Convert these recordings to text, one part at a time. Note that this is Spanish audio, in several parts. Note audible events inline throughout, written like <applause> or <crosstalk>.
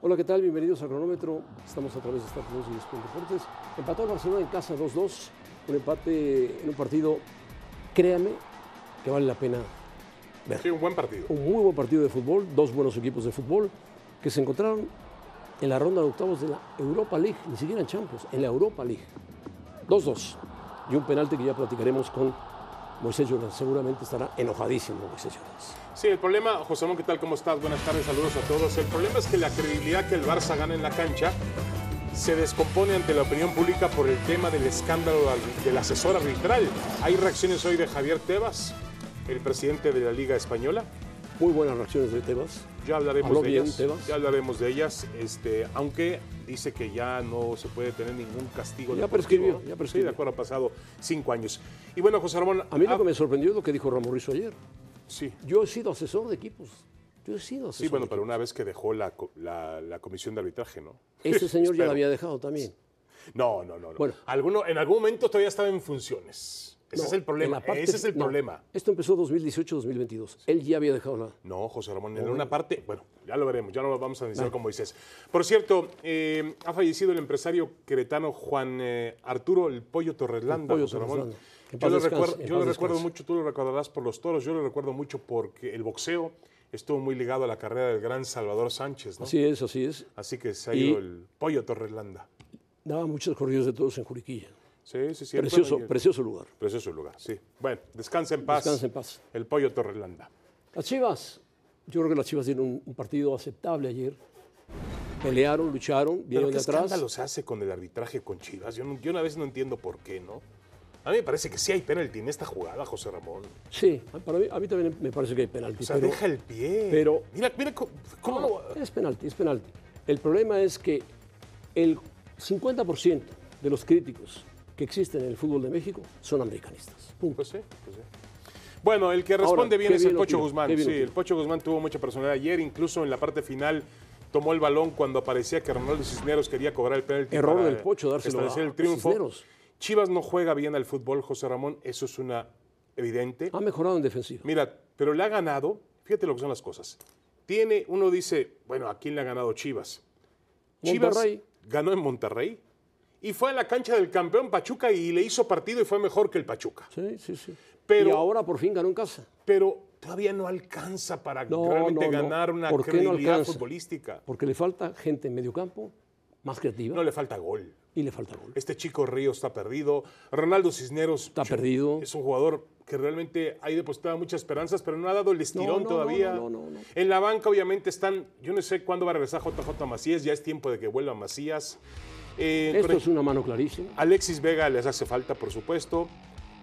Hola, ¿qué tal? Bienvenidos a Cronómetro. Estamos a través de Star Plus y Sport Deportes. Empató el Barcelona en casa 2-2. Un empate en un partido, créame, que vale la pena ver. Sí, un buen partido. Un muy buen partido de fútbol, dos buenos equipos de fútbol que se encontraron en la ronda de octavos de la Europa League, ni siquiera en Champions, en la Europa League. 2-2. Y un penalti que ya platicaremos con Moisés Llorens. Seguramente estará enojadísimo Moisés Llorens. Sí, el problema, José Ramón, ¿qué tal? ¿Cómo estás? Buenas tardes, saludos a todos. El problema es que la credibilidad que el Barça gana en la cancha se descompone ante la opinión pública por el tema del escándalo del asesor arbitral. Hay reacciones hoy de Javier Tebas, el presidente de la Liga Española. Muy buenas reacciones de Tebas. Ya hablaremos de bien, ellas. Tebas. Ya hablaremos de ellas. Este, aunque dice que ya no se puede tener ningún castigo. Ya prescribió, ya prescribió. Sí, de acuerdo, ha pasado cinco años. Y bueno, José Ramón. ah, A mí lo que me sorprendió es lo que dijo Ramón Rizzo ayer. Sí. Yo he sido asesor de equipos. Yo he sido asesor. Sí, bueno, de pero una vez que dejó la, la, la comisión de arbitraje, ¿no? <laughs> Este señor ya la había dejado también. No, no, no. no. Bueno, Alguno, en algún momento todavía estaba en funciones. Ese no, es el problema. Parte, Ese es el no, problema. Esto empezó 2018-2022. Sí. Él ya había dejado nada. No, José Ramón, en una parte, bueno, ya lo veremos, ya no lo vamos a analizar no. con Moisés. Por cierto, eh, ha fallecido el empresario queretano Juan eh, Arturo El Pollo Torreslanda, José Ramón. Yo lo, recuerdo, yo lo recuerdo mucho, tú lo recordarás por los toros, yo lo recuerdo mucho porque el boxeo estuvo muy ligado a la carrera del gran Salvador Sánchez, ¿no? Así es, así es. Así que se ha ido y el Pollo Torreslanda. Daba muchos corridos de todos en Juriquilla. Sí, sí, sí. Precioso, bueno, precioso lugar. Precioso lugar, sí. Bueno, descansa en paz. Descansa en paz. El pollo Torrelanda. Las Chivas. Yo creo que las Chivas dieron un, un partido aceptable ayer. Pelearon, lucharon, vieron de ¿Pero atrás. ¿Qué los hace con el arbitraje con Chivas? Yo, no, yo, una vez no entiendo por qué, ¿no? A mí me parece que sí hay penalti en esta jugada, José Ramón. Sí, para mí, a mí también me parece que hay penalti. O sea, pero, deja el pie. Pero. Mira, mira cómo. cómo... No, es penalti, es penalti. El problema es que el 50% de los críticos que existen en el fútbol de México son americanistas. Punto. Pues sí, pues sí. Bueno, el que responde Ahora, bien es el Pocho tiro, Guzmán. Sí, el Pocho Guzmán tuvo mucha personalidad ayer, incluso en la parte final tomó el balón cuando parecía que Ronaldo Cisneros quería cobrar el penalti. Error para del Pocho dárselo establecer a, el triunfo. A Cisneros. Chivas no juega bien al fútbol, José Ramón, eso es una evidente. Ha mejorado en defensiva. Mira, pero le ha ganado, fíjate lo que son las cosas. Tiene, uno dice, bueno, ¿a quién le ha ganado Chivas? Monterrey. Chivas ganó en Monterrey, y fue a la cancha del campeón Pachuca y le hizo partido y fue mejor que el Pachuca. Sí, sí, sí. Pero, y ahora por fin ganó en casa. Pero todavía no alcanza para no, realmente no, no. ganar una credibilidad futbolística. Porque le falta gente en mediocampo más creativa. No le falta gol. Y le falta gol. Este chico Río está perdido. Ronaldo Cisneros está chico, perdido. Es un jugador que realmente ha depositado muchas esperanzas, pero no ha dado el estirón todavía. En la banca obviamente están, yo no sé cuándo va a regresar JJ Macías, ya es tiempo de que vuelva Macías. Eh, Esto es una mano clarísima. Alexis Vega les hace falta, por supuesto.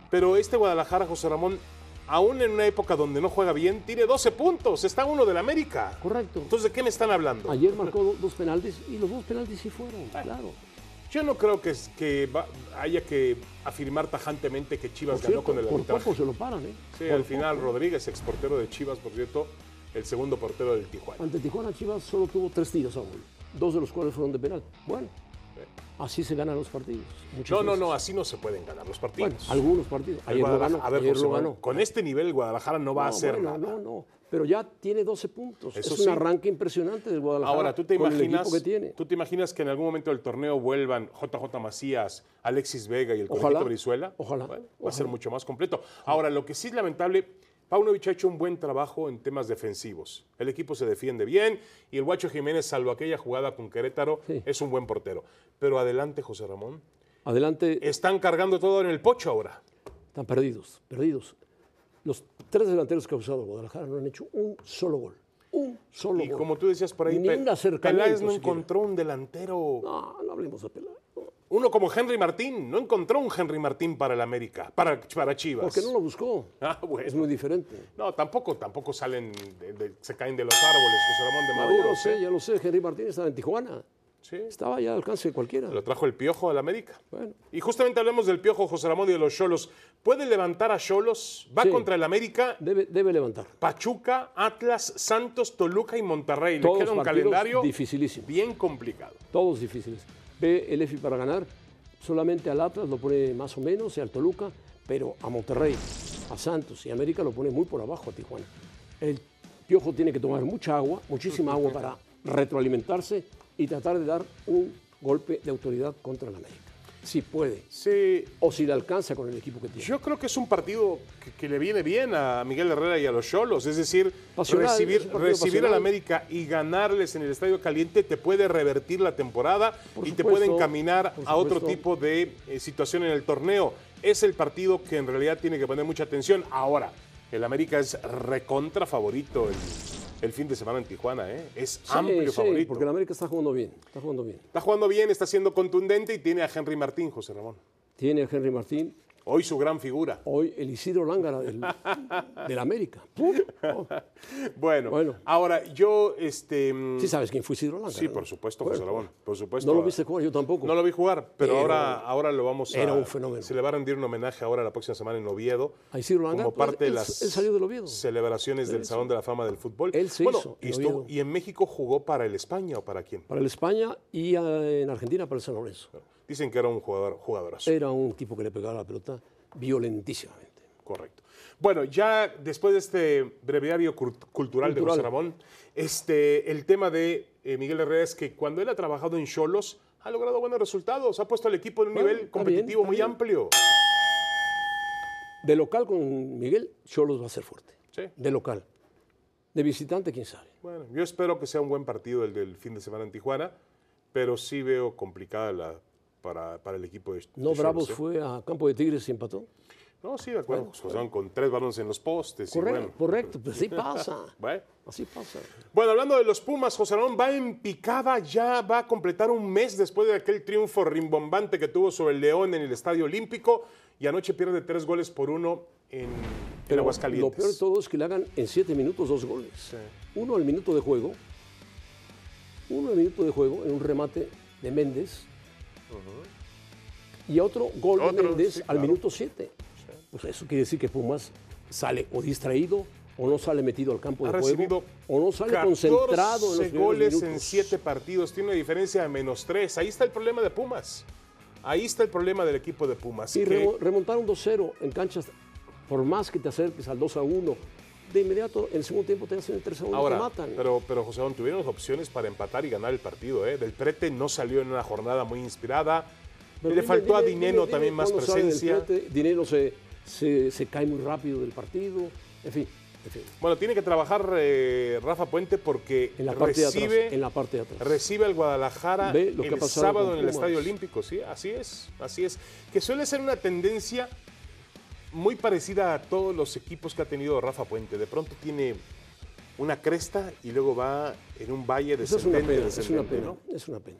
Pero este Guadalajara, José Ramón, aún en una época donde no juega bien, tiene 12 puntos. Está uno del América. Correcto. Entonces, ¿de qué me están hablando? Ayer marcó dos penaltis y los dos penaltis sí fueron, Ay. claro. Yo no creo que, que va, haya que afirmar tajantemente que Chivas por cierto, ganó con el por arbitraje. Poco se lo paran, ¿eh? Sí, por al final poco. Rodríguez, exportero de Chivas, por cierto, el segundo portero del Tijuana. Ante Tijuana, Chivas solo tuvo tres tiros a gol, dos de los cuales fueron de penal. Bueno, Así se ganan los partidos. Muchas no, veces. no, no, así no se pueden ganar los partidos. Bueno, algunos partidos. Ayer lo ganó, a ver, ayer José, lo ganó. Con este nivel el Guadalajara no va no, a hacer bueno, nada. No, no, pero ya tiene 12 puntos. Eso es sí. un arranque impresionante del Guadalajara. Ahora, ¿tú te, Pues con imaginas, el que tiene? ¿tú te imaginas que en algún momento del torneo vuelvan JJ Macías, Alexis Vega y el Conejito Brizuela? Ojalá. Bueno, va ojalá. a ser mucho más completo. Ahora, lo que sí es lamentable... Paunovic ha hecho un buen trabajo en temas defensivos. El equipo se defiende bien y el Guacho Jiménez, salvo aquella jugada con Querétaro, sí. es un buen portero. Pero adelante, José Ramón. Adelante. Están cargando todo en el pocho ahora. Están perdidos, perdidos. Los tres delanteros que ha usado Guadalajara no han hecho un solo gol. Un solo y gol. Y como tú decías por ahí, Ni un Peláez no encontró un delantero. No, no hablemos de Peláez. Pues, Uno como Henry Martín, no encontró un Henry Martín para el América, para, para Chivas. Porque no lo buscó. <laughs> Ah, bueno. Es muy diferente. No, tampoco, tampoco salen, de, de, se caen de los árboles, José Ramón de No, ya Maduro. lo sé, ya lo sé. Henry Martín estaba en Tijuana. Sí. Estaba ya al alcance de cualquiera. Lo trajo el Piojo al América. Bueno. Y justamente hablamos del Piojo José Ramón y de los Cholos. ¿Puede levantar a Cholos? ¿Va Sí. contra el América? Debe, debe levantar. Pachuca, Atlas, Santos, Toluca y Monterrey. Todos Le queda un partidos calendario dificilísimos. bien complicado. Todos difíciles. Ve el EFI para ganar. Solamente al Atlas lo pone más o menos y al Toluca, pero a Monterrey, a Santos y América lo pone muy por abajo a Tijuana. El Piojo tiene que tomar mucha agua, muchísima agua para retroalimentarse y tratar de dar un golpe de autoridad contra el América. Si puede. Sí, O si le alcanza con el equipo que tiene. yo creo que es un partido que, que le viene bien a Miguel Herrera y a los Cholos. Es decir, Pasional, es recibir, un partido recibir al pasional. América y ganarles en el Estadio Caliente te puede revertir la temporada Por y te supuesto, puede encaminar por a otro supuesto. tipo de eh, situación en el torneo. Es el partido que en realidad tiene que poner mucha atención. Ahora, el América es recontra favorito el, el fin de semana en Tijuana. ¿eh? Es Sí, amplio sí, favorito. Porque el América está jugando bien. Está jugando bien. Está jugando bien, está siendo contundente y tiene a Henry Martín, José Ramón. Tiene a Henry Martín, Hoy su gran figura. hoy el Isidro Lángara del, del América. Oh, Bueno, Bueno. ahora yo, este... mm, Sí sabes quién fue Isidro Lángara. Sí, ¿no? por supuesto, Bueno, José Ramón, por supuesto. No lo viste jugar, yo tampoco. No lo vi jugar, pero, Pero- ahora, ahora lo vamos a... Era un fenómeno. Se le va a rendir un homenaje ahora la próxima semana en Oviedo. A Isidro Lángara, Como pues, parte él- de las él salió del Oviedo. celebraciones del Salón de la Fama del Fútbol. Él se bueno, hizo y, en estuvo- Oviedo. y en México jugó para el España o para quién. Para el España y eh, en Argentina para el San Lorenzo. Dicen que era un jugador, jugadorazo. Era un tipo que le pegaba la pelota violentísimamente. Correcto. Bueno, ya después de este breviario cur- cultural, de Cultural. José Ramón, este, el tema de eh, Miguel Herrera es que cuando él ha trabajado en Cholos, ha logrado buenos resultados, ha puesto al equipo en un Bueno, nivel está bien, está competitivo muy bien. amplio. De local con Miguel, Cholos va a ser fuerte. Sí. De local. De visitante, quién sabe. Bueno, yo espero que sea un buen partido el del fin de semana en Tijuana, pero sí veo complicada la para, para el equipo de de No, Xolos, Bravos ¿eh? fue a Campo de Tigres y empató. No, sí, de acuerdo. José Ramón con tres balones en los postes. y Correcto, bueno. correcto. Pues así pasa. Bueno. Así pasa. Bueno, hablando de los Pumas, José Ramón va en picada, ya va a completar un mes después de aquel triunfo rimbombante que tuvo sobre el León en el Estadio Olímpico y anoche pierde tres goles por uno en, en lo peor de Aguascalientes. todo es que le hagan en siete minutos dos goles. Uno al minuto de juego. Uno al minuto de juego en un remate de Méndez. Y otro gol de Otro, Méndez sí, al claro. minuto siete. Pues eso quiere decir que Pumas sale o distraído o no sale metido al campo Ha de recibido juego o no sale 14 concentrado en los primeros goles en minutos. siete partidos, tiene una diferencia de menos tres. Ahí está el problema de Pumas. Ahí está el problema del equipo de Pumas. Sí, que- remo- remontar un 2-0 en canchas, por más que te acerques al 2-1, de inmediato en el segundo tiempo te hacen el 3-1 y Ahora, te matan. Pero, pero José Don, tuvieron opciones para empatar y ganar el partido. ¿eh? Del Prete no salió en una jornada muy inspirada. Pero Le dime, faltó a dime, Dineno dime, dime también más cuándo sale del presencia. frente. Dineno se, se- se cae muy rápido del partido. En fin, en fin, Bueno, tiene que trabajar eh, Rafa Puente porque en la parte de recibe, atrás. En la parte de atrás. recibe al Guadalajara Ve lo que ha el pasado sábado con en el Pumas. Estadio Olímpico. Sí, así es, así es. Que suele ser una tendencia muy parecida a todos los equipos que ha tenido Rafa Puente. De pronto tiene una cresta y luego va en un valle Esa es una descendente, pena, es una descendente, pena, ¿no? es una pena.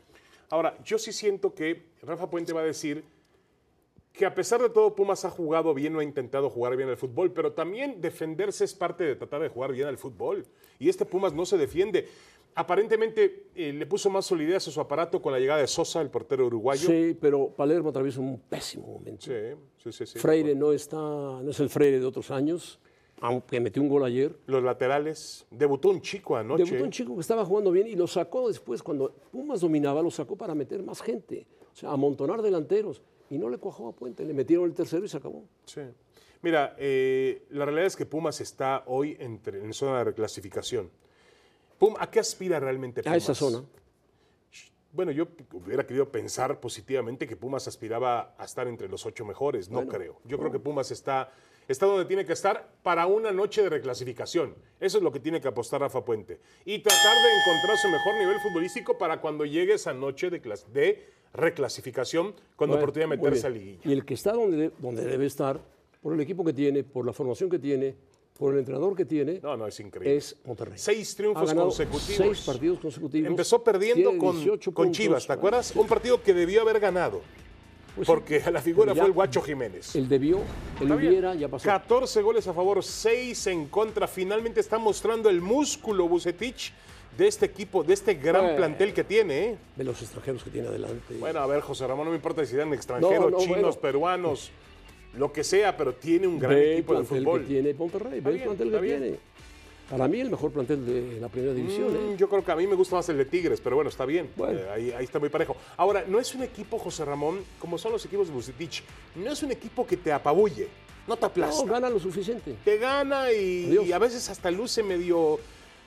Ahora, yo sí siento que Rafa Puente va a decir que a pesar de todo Pumas ha jugado bien o ha intentado jugar bien al fútbol, pero también defenderse es parte de tratar de jugar bien al fútbol. Y este Pumas no se defiende. Aparentemente eh, le puso más solidez a su aparato con la llegada de Sosa, el portero uruguayo. Sí, pero Palermo atraviesa un pésimo momento. sí, sí, sí, sí. Freire no, está, no es el Freire de otros años, aunque metió un gol ayer. Los laterales. Debutó un chico anoche. Debutó un chico que estaba jugando bien y lo sacó después, cuando Pumas dominaba, lo sacó para meter más gente, o sea, amontonar delanteros. Y no le cuajó a Puente, le metieron el tercero y se acabó. Sí. Mira, eh, la realidad es que Pumas está hoy entre- en zona de reclasificación. Pum, ¿A qué aspira realmente Pumas? A esa zona. Bueno, yo p- hubiera querido pensar positivamente que Pumas aspiraba a estar entre los ocho mejores. No creo. Yo creo que Pumas está, está donde tiene que estar para una noche de reclasificación. Eso es lo que tiene que apostar Rafa Puente. Y tratar de encontrar su mejor nivel futbolístico para cuando llegue esa noche de, clas- de reclasificación con la Bueno, oportunidad de muy meterse a bien. liguilla. Y el que está donde, de- donde debe estar, por el equipo que tiene, por la formación que tiene, por el entrenador que tiene, No, no, es increíble. es Monterrey. Seis Ha triunfos ganado consecutivos. Seis partidos consecutivos. Empezó perdiendo Tiene con, 18 con puntos. Chivas, ¿te acuerdas? Un partido que debió haber ganado. Pues sí. porque <laughs> la figura Pero ya- fue el Guacho Jiménez. El debió, el Está bien. hubiera, ya pasó. 14 goles a favor, 6 en contra. Finalmente está mostrando el músculo Bucetich de este equipo, de este gran Bueno. plantel que tiene. ¿eh? De los extranjeros que tiene adelante. Bueno, a ver, José Ramón, no me importa si eran extranjeros, No, no, chinos, bueno. peruanos, lo que sea, pero tiene un gran Ve el equipo de plantel fútbol. que tiene Monterrey, ve el bien, plantel que está bien. tiene. Para mí el mejor plantel de la primera división. ¿eh? Mm, Yo creo que a mí me gusta más el de Tigres, pero bueno, está bien. Bueno. Eh, ahí, ahí está muy parejo. Ahora, no es un equipo, José Ramón, como son los equipos de Bucetich, no es un equipo que te apabulle, no te No, aplasta. gana lo suficiente. te gana y, Adiós. y a veces hasta luce medio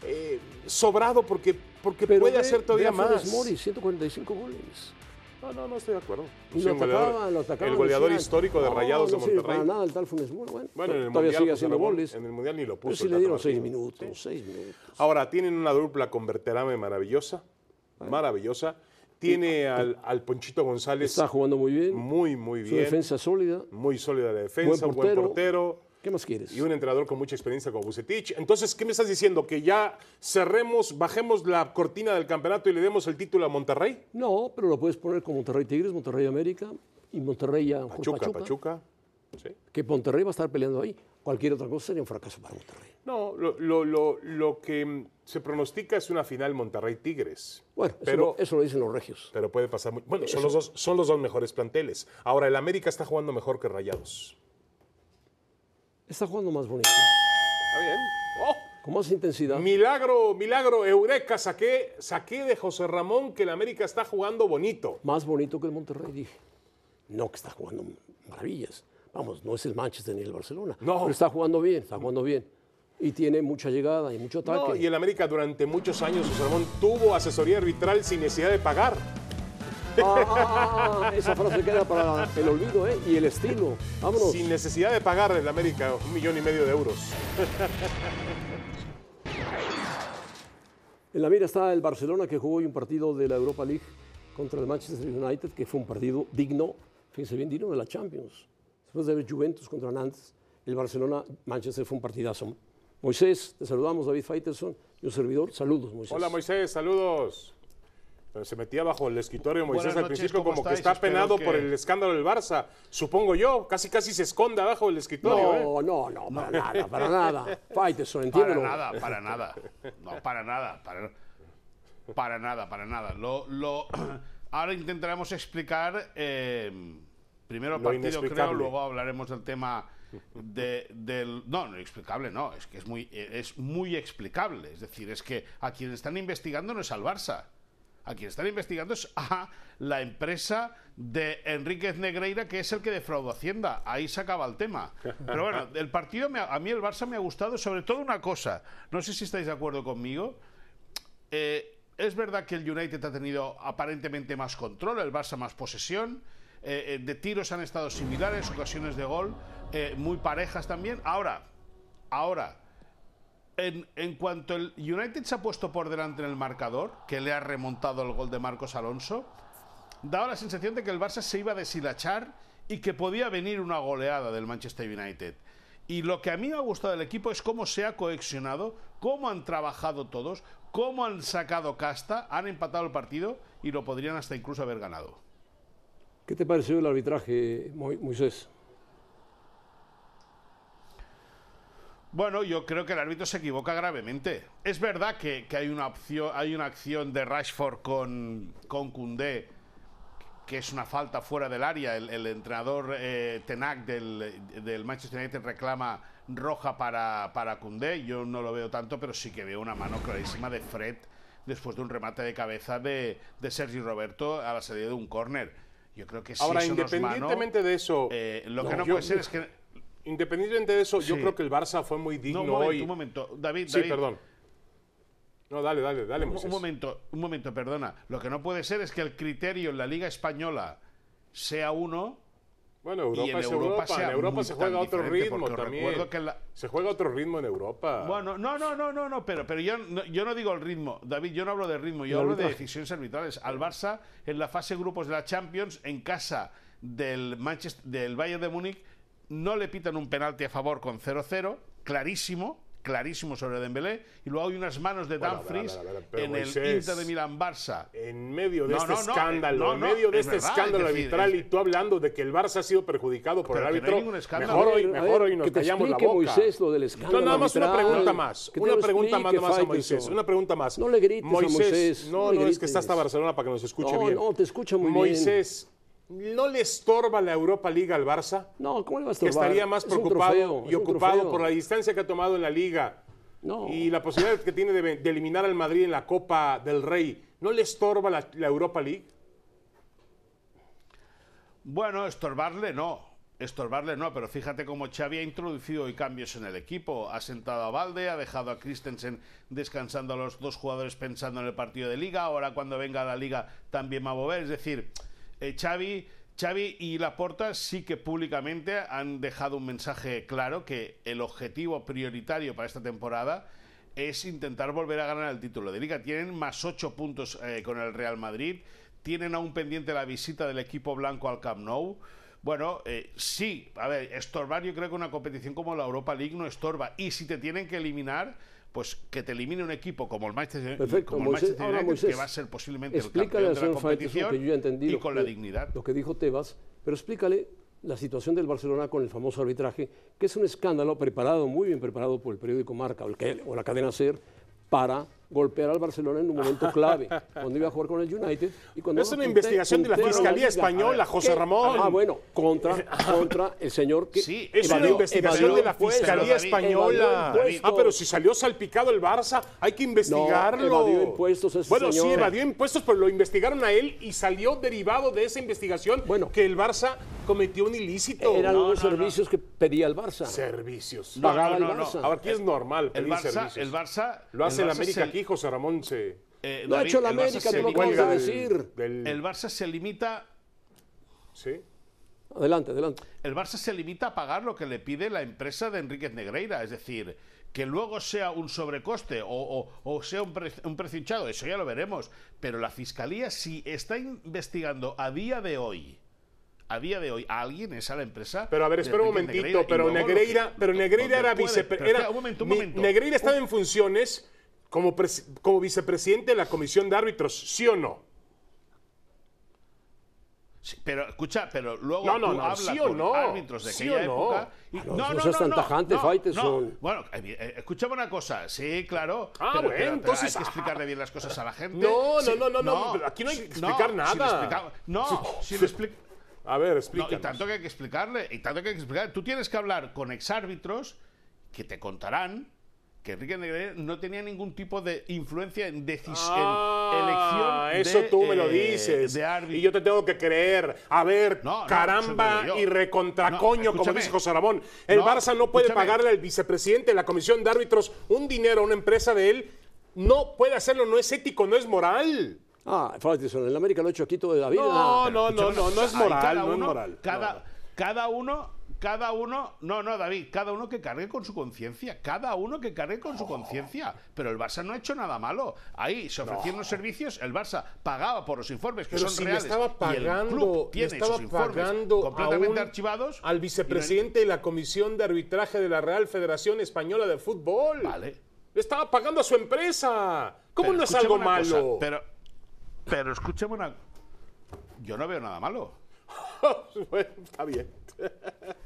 eh, sobrado porque, porque puede ve- hacer ve todavía a Funes más. Mori, 145 goles. No, no, no estoy de acuerdo. Y Sí, lo un goleador- atacaban, lo atacaban, el goleador decían, histórico de "No, Rayados no de sirve para Monterrey. nada el tal Funes Mori. Bueno, Bueno, en el todavía Mundial, sigue pues, haciendo Aragón, goles. en el Mundial ni lo Pero puso si el le dieron Tata seis Martino. minutos, seis minutos. Ahora, tienen una dupla con Berterame maravillosa, maravillosa. Tiene al, al Ponchito González Está jugando muy bien, muy, muy su bien. defensa sólida. Muy sólida la defensa, Buen un buen portero. portero. ¿Qué más quieres? Y un entrenador con mucha experiencia como Bucetich. Entonces, ¿qué me estás diciendo? ¿Que ya cerremos, bajemos la cortina del campeonato y le demos el título a Monterrey? No, pero lo puedes poner con Monterrey Tigres, Monterrey América y Monterrey ya con Pues Pachuca, Pachuca, Pachuca. Sí. Que Monterrey va a estar peleando ahí. Cualquier otra cosa sería un fracaso para Monterrey. No, lo, lo- lo- lo que mm, se pronostica es una final Monterrey-Tigres. Bueno, eso, pero, lo, eso lo dicen los regios. pero puede pasar muy... Bueno, son los, dos, son los dos mejores planteles. Ahora, el América está jugando mejor que Rayados. Está jugando más bonito, Está bien. ¡Oh! con más intensidad. Milagro, milagro, eureka, saqué, saqué de José Ramón que el América está jugando bonito. Más bonito que el Monterrey, dije. No que está jugando maravillas. Vamos, no es el Manchester ni el Barcelona. No. Pero está jugando bien, está jugando bien. Y tiene mucha llegada y mucho ataque. No, y el América durante muchos años, José Ramón, tuvo asesoría arbitral sin necesidad de pagar. Ah, esa frase queda para el olvido, ¿eh? Y el estilo. Vámonos. Sin necesidad de pagar el América un millón y medio de euros. En la mira está el Barcelona que jugó hoy un partido de la Europa League contra el Manchester United, que fue un partido digno, fíjense bien, digno de la Champions. Después de ver Juventus contra Nantes, el Barcelona-Manchester fue un partidazo. Moisés, te saludamos, David Faitelson, y un servidor. Saludos, Moisés. Hola Moisés, saludos. Pero se metía bajo el escritorio Moisés Buenas al noches, principio ¿cómo como que estáis? está Espero penado que- por el escándalo del Barça, supongo yo. Casi casi se esconde abajo del escritorio. ¿eh? No, no, no, para nada, para nada. Faitelson, Para entiéndelo. nada, para nada. No, para nada, para, para nada, para nada. Lo, lo- <clears throat> ahora intentaremos explicar eh, primero el Lo partido, creo, inexplicable. luego hablaremos del tema de- del... No, no explicable, no, es que es muy, es muy explicable. Es decir, es que a quien están investigando no es al Barça. A quien están investigando es a la empresa de Enríquez Negreira, que es el que defraudó Hacienda. Ahí se acaba el tema. Pero bueno, el partido, me ha- a mí el Barça me ha gustado, sobre todo una cosa. No sé si estáis de acuerdo conmigo. Eh, es verdad que el United ha tenido aparentemente más control, el Barça más posesión. eh, eh, de tiros han estado similares, ocasiones de gol, eh, muy parejas también. Ahora, ahora, en, en cuanto el United se ha puesto por delante en el marcador, que le ha remontado el gol de Marcos Alonso, daba la sensación de que el Barça se iba a deshilachar y que podía venir una goleada del Manchester United. Y lo que a mí me ha gustado del equipo es cómo se ha coexionado, cómo han trabajado todos, cómo han sacado casta, han empatado el partido y lo podrían hasta incluso haber ganado. ¿Qué te pareció el arbitraje, Mo- Moisés? Bueno, yo creo que el árbitro se equivoca gravemente. Es verdad que, que hay, una opción, hay una acción de Rashford con, con Koundé que es una falta fuera del área. El, el entrenador eh, Tenac del, del Manchester United reclama roja para, para Koundé. Yo no lo veo tanto, pero sí que veo una mano clarísima de Fred después de un remate de cabeza de, de Sergio Roberto a la salida de un córner. Yo creo que si Ahora, eso no es mano, independientemente de eso, eh, lo que No, no yo- puede ser es que independientemente de eso, yo Sí. creo que el Barça fue muy digno No, un momento, hoy. un momento. David, Sí, David, perdón. No, dale, dale, dale, Un, Moisés. un momento, un momento, perdona. Lo que no puede ser es que el criterio en la Liga Española sea uno Bueno, Europa y en es Europa Europa. sea en Europa muy se juega tan a otro diferente, ritmo porque también. recuerdo que la- Se juega a otro ritmo en Europa. Bueno, no, no, no, no, no, pero, pero yo, no, yo no digo el ritmo, David, yo no hablo de ritmo, yo El hablo de arbitraje. decisiones arbitrales. Al Barça, en la fase grupos de la Champions, en casa del, Manchester, del Bayern de Múnich, no le pitan un penalti a favor con 0-0, clarísimo, clarísimo sobre Dembélé, y luego hay unas manos de Bueno, a ver, a Dumfries ver, a ver, pero en el Moisés. Inter de Milán-Barça. En medio de No, este no, no, escándalo, no, en no, medio de es este verdad, escándalo es decir, arbitral es- y tú hablando de que el Barça ha sido perjudicado por el Pero que no hay árbitro, ningún escándalo. mejor A hoy, ver, a mejor ver, hoy nos que te callamos la explique, boca. Moisés, lo del escándalo No, nada más una arbitral. pregunta más, Que te una lo pregunta más, explique, nada más a Faitelson. Moisés, una pregunta más. No le grites a Moisés, No, no le no, es que está grites. hasta Barcelona para que nos escuche No, bien. no, te escucha muy bien. Moisés, ¿no le estorba la Europa League al Barça? No, ¿cómo le vas a que estorbar? estaría más Es un preocupado trofeo, y es un ocupado trofeo. por la distancia que ha tomado en la liga No. y la posibilidad que tiene de, de eliminar al Madrid en la Copa del Rey. ¿No le estorba la, la Europa League? Bueno, estorbarle no. Estorbarle no, pero fíjate cómo Xavi ha introducido hoy cambios en el equipo. Ha sentado a Valde, ha dejado a Christensen descansando a los dos jugadores pensando en el partido de Liga. Ahora cuando venga la Liga también va a mover. Es decir, eh, Xavi, Xavi y Laporta sí que públicamente han dejado un mensaje claro que el objetivo prioritario para esta temporada es intentar volver a ganar el título de Liga. Tienen más ocho puntos eh, con el Real Madrid. Tienen aún pendiente la visita del equipo blanco al Camp Nou. Bueno, eh, sí, a ver, estorbar yo creo que una competición como la Europa League no estorba. Y si te tienen que eliminar, pues que te elimine un equipo como el Manchester, Perfecto, como el Moisés, Manchester ahora, United, Moisés, que va a ser posiblemente el Explícale campeón al de la señor competición, Faitelson, que yo ya he entendido y con que- la dignidad. Lo que dijo Tebas, pero explícale la situación del Barcelona con el famoso arbitraje, que es un escándalo preparado, muy bien preparado por el periódico Marca o, el que- o la cadena Ser, para golpear al Barcelona en un momento <laughs> clave, cuando iba a jugar con el United. Y cuando Es era una punte- investigación de la puntero Fiscalía liga. Española, A ver, José ¿qué? Ramón. Ah, bueno, <laughs> contra, contra el señor que Sí, Es una Evadió- investigación evadió de la el puesto, Fiscalía David. Española. Evadió el puesto. Ah, pero si salió salpicado el Barça, hay que investigarlo. No, evadió impuestos ese bueno, sí, señor. evadió impuestos, pero lo investigaron a él y salió derivado de esa investigación Bueno. que el Barça cometió un ilícito. Eran No, los no, no. servicios que pedía el Barça. Servicios. No, Pagaba no, el no, no. Barça. Ahora aquí es normal El pedir Barça, servicios. el Barça... lo hace el el Barça América se- aquí, José Ramón se eh, Lo ha David, hecho la el Barça América, se tú lo limita- acabas de del- decir. del- El Barça se limita sí. Adelante, adelante. el Barça se limita a pagar lo que le pide la empresa de Enríquez Negreira, es decir, que luego sea un sobrecoste o, o- o sea un, pre- un precio hinchado, eso ya lo veremos, pero la Fiscalía si está investigando a día de hoy, a día de hoy, a alguien es a la empresa... Pero a ver, de espera un Enrique momentito, Negreira, y pero luego lo que- Negreira, pero lo- Negreira lo que era puede- pero espera, vicepresidente. Un momento, un momento. Negreira estaba en funciones como pres- como vicepresidente de la comisión de árbitros, ¿sí o no? Sí, pero escucha, pero luego No, no, tú no, hablas sí o con no, árbitros de sí aquella o no. época y- Ah, no, no seas tan tajante, Faitelson. Bueno, eh, eh, escuchame una cosa, sí, claro. Ah, bueno, entonces, hay que ah. explicarle bien las cosas a la gente. No, no, Sí, no, no, no, pero aquí no hay que sí, explicar si nada. le explica- no, si lo explica- A ver, no, y explícanos. tanto que hay que explicarle, y tanto que hay que explicar. Tú tienes que hablar con exárbitros que te contarán que Enrique Negreira no tenía ningún tipo de influencia en decisión, Ah, elección eso de, tú me lo eh, dices. de árbitro. y yo te tengo que creer. A ver, No, no, eso caramba te digo yo. y recontracoño, No, como escúchame. dice José Ramón. El No, Barça no puede escúchame. pagarle al vicepresidente de la comisión de árbitros un dinero a una empresa de él. No puede hacerlo, no es ético, no es moral. Ah, Faitelson, el América lo ha hecho aquí toda la vida. No, Pero no, no, escúchame no, una no es cosa, ahí moral, cada no es uno- moral. Cada, cada uno, cada uno, no, no, David, cada uno que cargue con su conciencia, cada uno que cargue con su conciencia. Pero el Barça no ha hecho nada malo. Ahí se ofrecieron los servicios, el Barça pagaba por los informes que Pero son si le reales. estaba y el pagando, club le tiene estaba esos informes pagando completamente a un- archivados y al no- vicepresidente de la Comisión de Arbitraje de la Real Federación Española de Fútbol. Vale. Le estaba pagando a su empresa. ¿Cómo Pero no es escúchame algo una cosa, malo? pero, pero escúchame una. Yo no veo nada malo. <laughs> Bueno, está bien.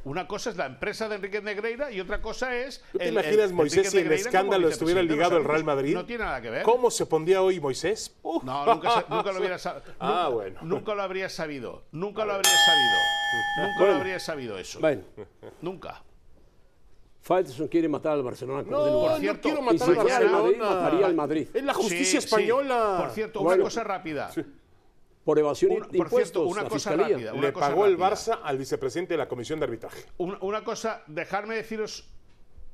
Una cosa es la empresa de Enrique Negreira y otra cosa es. ¿Tú te imaginas, Moisés, si el escándalo estuviera ligado al Real Madrid? No tiene nada que ver. ¿Cómo se pondría hoy Moisés? Uf. <laughs> No, nunca, sa- nunca lo hubiera sabido. Ah, bueno. Nunca lo habría sabido. Nunca lo habría sabido. Nunca lo habría sabido eso. Bueno, Nunca. Faitelson quiere matar al Barcelona. con <laughs> No, el no Barça. cierto, quiero y matar si al fuera el Madrid, Barcelona. mataría al Madrid. Es la justicia Sí, sí. española. Por cierto, Bueno. una cosa rápida. Por evasión Una- de por impuestos, cierto, una la cosa fiscalía. rápida. Le Una cosa pagó el rápida. Barça al vicepresidente de la Comisión de Arbitraje. Una, una cosa, dejadme deciros,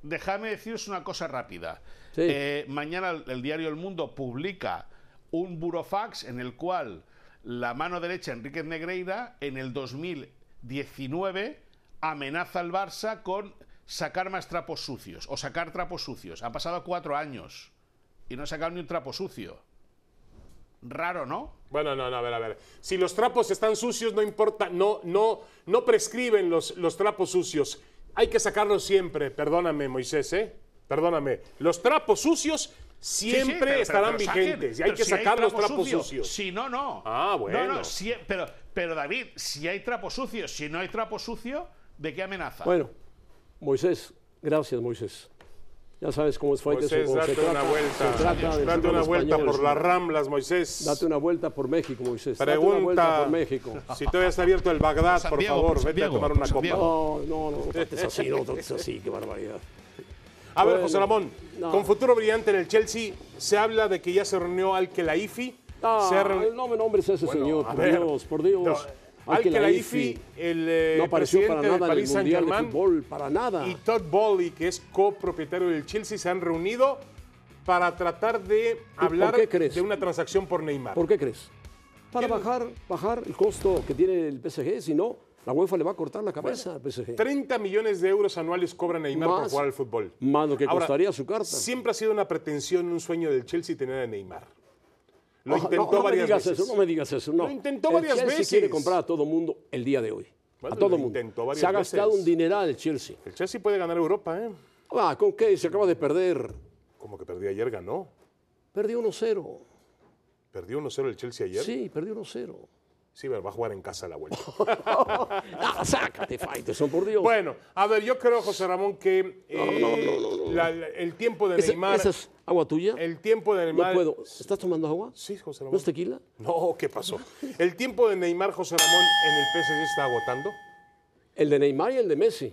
dejadme deciros una cosa rápida. Sí. Eh, mañana el, el diario El Mundo publica un burofax en el cual la mano derecha Enrique Negreira en el 2019 amenaza al Barça con sacar más trapos sucios o sacar trapos sucios. Han pasado cuatro años y no ha sacado ni un trapo sucio. Raro, ¿no? Bueno, no, no, a ver, a ver. Si los trapos están sucios, no importa, no, no, no prescriben los, los trapos sucios. Hay que sacarlos siempre. Perdóname, Moisés, ¿eh? Perdóname. Los trapos sucios siempre Sí, sí, pero- estarán pero- pero saquen. vigentes. y hay Pero que si sacar los trapo trapos sucio. sucios. Si no, no. Ah, No, bueno. no, si- pero, pero David, si hay trapo sucio, si no hay trapo sucio, ¿de qué amenaza? Bueno, Moisés, gracias, Moisés. Ya sabes cómo es Faitelson. pues, cuando Moisés, date se una trata- vuelta. se trata del Date fútbol una vuelta español. por las ramblas, Moisés. Date una vuelta por México, Moisés. Date una vuelta Pregunta por México. si todavía está abierto el Bagdad, San por Diego, favor, San vete Diego, a tomar una San copa. Diego. No, no, no, no trates así, no trates así, qué barbaridad. A ver, Bueno, José Ramón, no. con futuro brillante en el Chelsea, se habla de que ya se reunió al Kelaifi. Ah, se ha reunido- no me nombres a ese señor, a por ver. Dios, por Dios. Al Laifi, el eh, no apareció presidente para nada del en el Paris Saint Mundial de Germain Fútbol, para nada. y Todd Bowley, que es copropietario del Chelsea, se han reunido para tratar de por hablar qué crees? de una transacción por Neymar. ¿Por qué crees? Para bajar, bajar el costo que tiene el PSG, si no, la UEFA le va a cortar la cabeza al PSG. 30 millones de euros anuales cobra Neymar por Más. jugar al fútbol. Más lo que Ahora, costaría su carta. Siempre ha sido una pretensión, un sueño del Chelsea tener a Neymar. No, Lo no, intentó no me varias digas veces. Eso, no me digas eso, no. Lo intentó El varias Chelsea veces. quiere comprar a todo mundo el día de hoy. Bueno, a todo lo mundo. intentó varias Se ha gastado veces. un dineral el Chelsea. El Chelsea puede ganar Europa, ¿eh? Ah, ¿con qué? Se acaba de perder. Como que perdió ayer, ganó. Perdió 1-0. Perdió 1-0 el Chelsea ayer. Sí. Sí, perdió 1-0. pero va a jugar en casa la <laughs> vuelta. Ah, sácate, Faitelson, por Dios. bueno, a ver, yo creo, José Ramón, que eh, la- la- el tiempo de Ese- Neymar. ¿Esa es agua tuya? El tiempo de No Neymar. puedo. ¿Estás tomando agua? Sí, José ¿No Ramón. es tequila? No, ¿qué pasó? ¿El tiempo de Neymar, José Ramón, en el PSG está agotando? El de Neymar y el de Messi.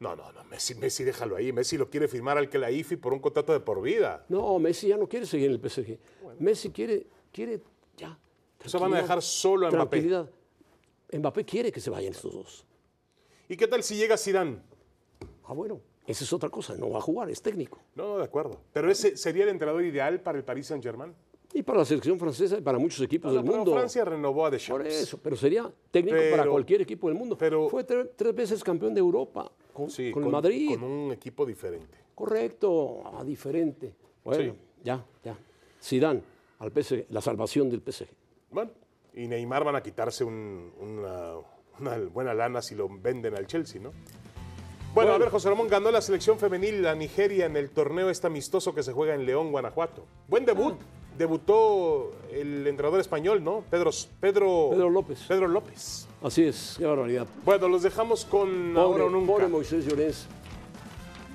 No, no, no, Messi, Messi, déjalo ahí. Messi lo quiere firmar al que la IFI por un contrato de por vida. No, Messi ya no quiere seguir en el PSG. Messi quiere, quiere ya. Eso van tranquilidad, a dejar solo a Mbappé. Tranquilidad. Mbappé quiere que se vayan estos dos. ¿Y qué tal si llega Zidane? Ah, bueno, esa es otra cosa. No va a jugar, es técnico. No, no, de acuerdo. Pero ese sería el entrenador ideal para el Paris Saint-Germain. Y para la selección francesa y para muchos equipos No, del pero mundo. Francia renovó a Por Deschamps. eso, pero sería técnico para Pero- cualquier equipo del mundo. pero- Fue tre- tres veces campeón de Europa con, Sí, con el Madrid. Con un equipo diferente. Correcto, ah, diferente. Bueno, Sí. ya, ya. Zidane al PSG, la salvación del PSG. Bueno, y Neymar van a quitarse un- una, una buena lana si lo venden al Chelsea, ¿no? Bueno, a ver, José Ramón ganó la selección femenil la Nigeria en el torneo este amistoso que se juega en León, Guanajuato. Buen debut. Ah. Debutó el entrenador español, ¿no? Pedro, Pedro, Pedro López. Pedro López. Así es, qué barbaridad. Bueno, los dejamos con Pobre, ahora o nunca. pobre Moisés Llorens.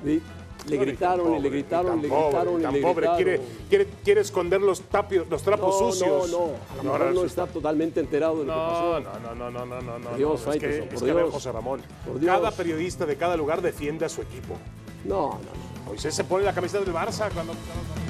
Le, le Ni tan gritaron y pobre, le ni gritaron, tan le pobre, gritaron, ni y tan le pobre. gritaron. Quiere, quiere, quiere esconder los, tapios, los trapos no, sucios. no, no, a lo ahora mejor no resulta- está totalmente enterado de lo que pasó. No, no, no, no, no, no, no, no. Dios, es que, Faitelson, es por que a ver, Dios. José Ramón, Por Dios. cada periodista de cada lugar defiende a su equipo. No, no, no. Moisés se pone la camiseta del Barça cuando... cuando-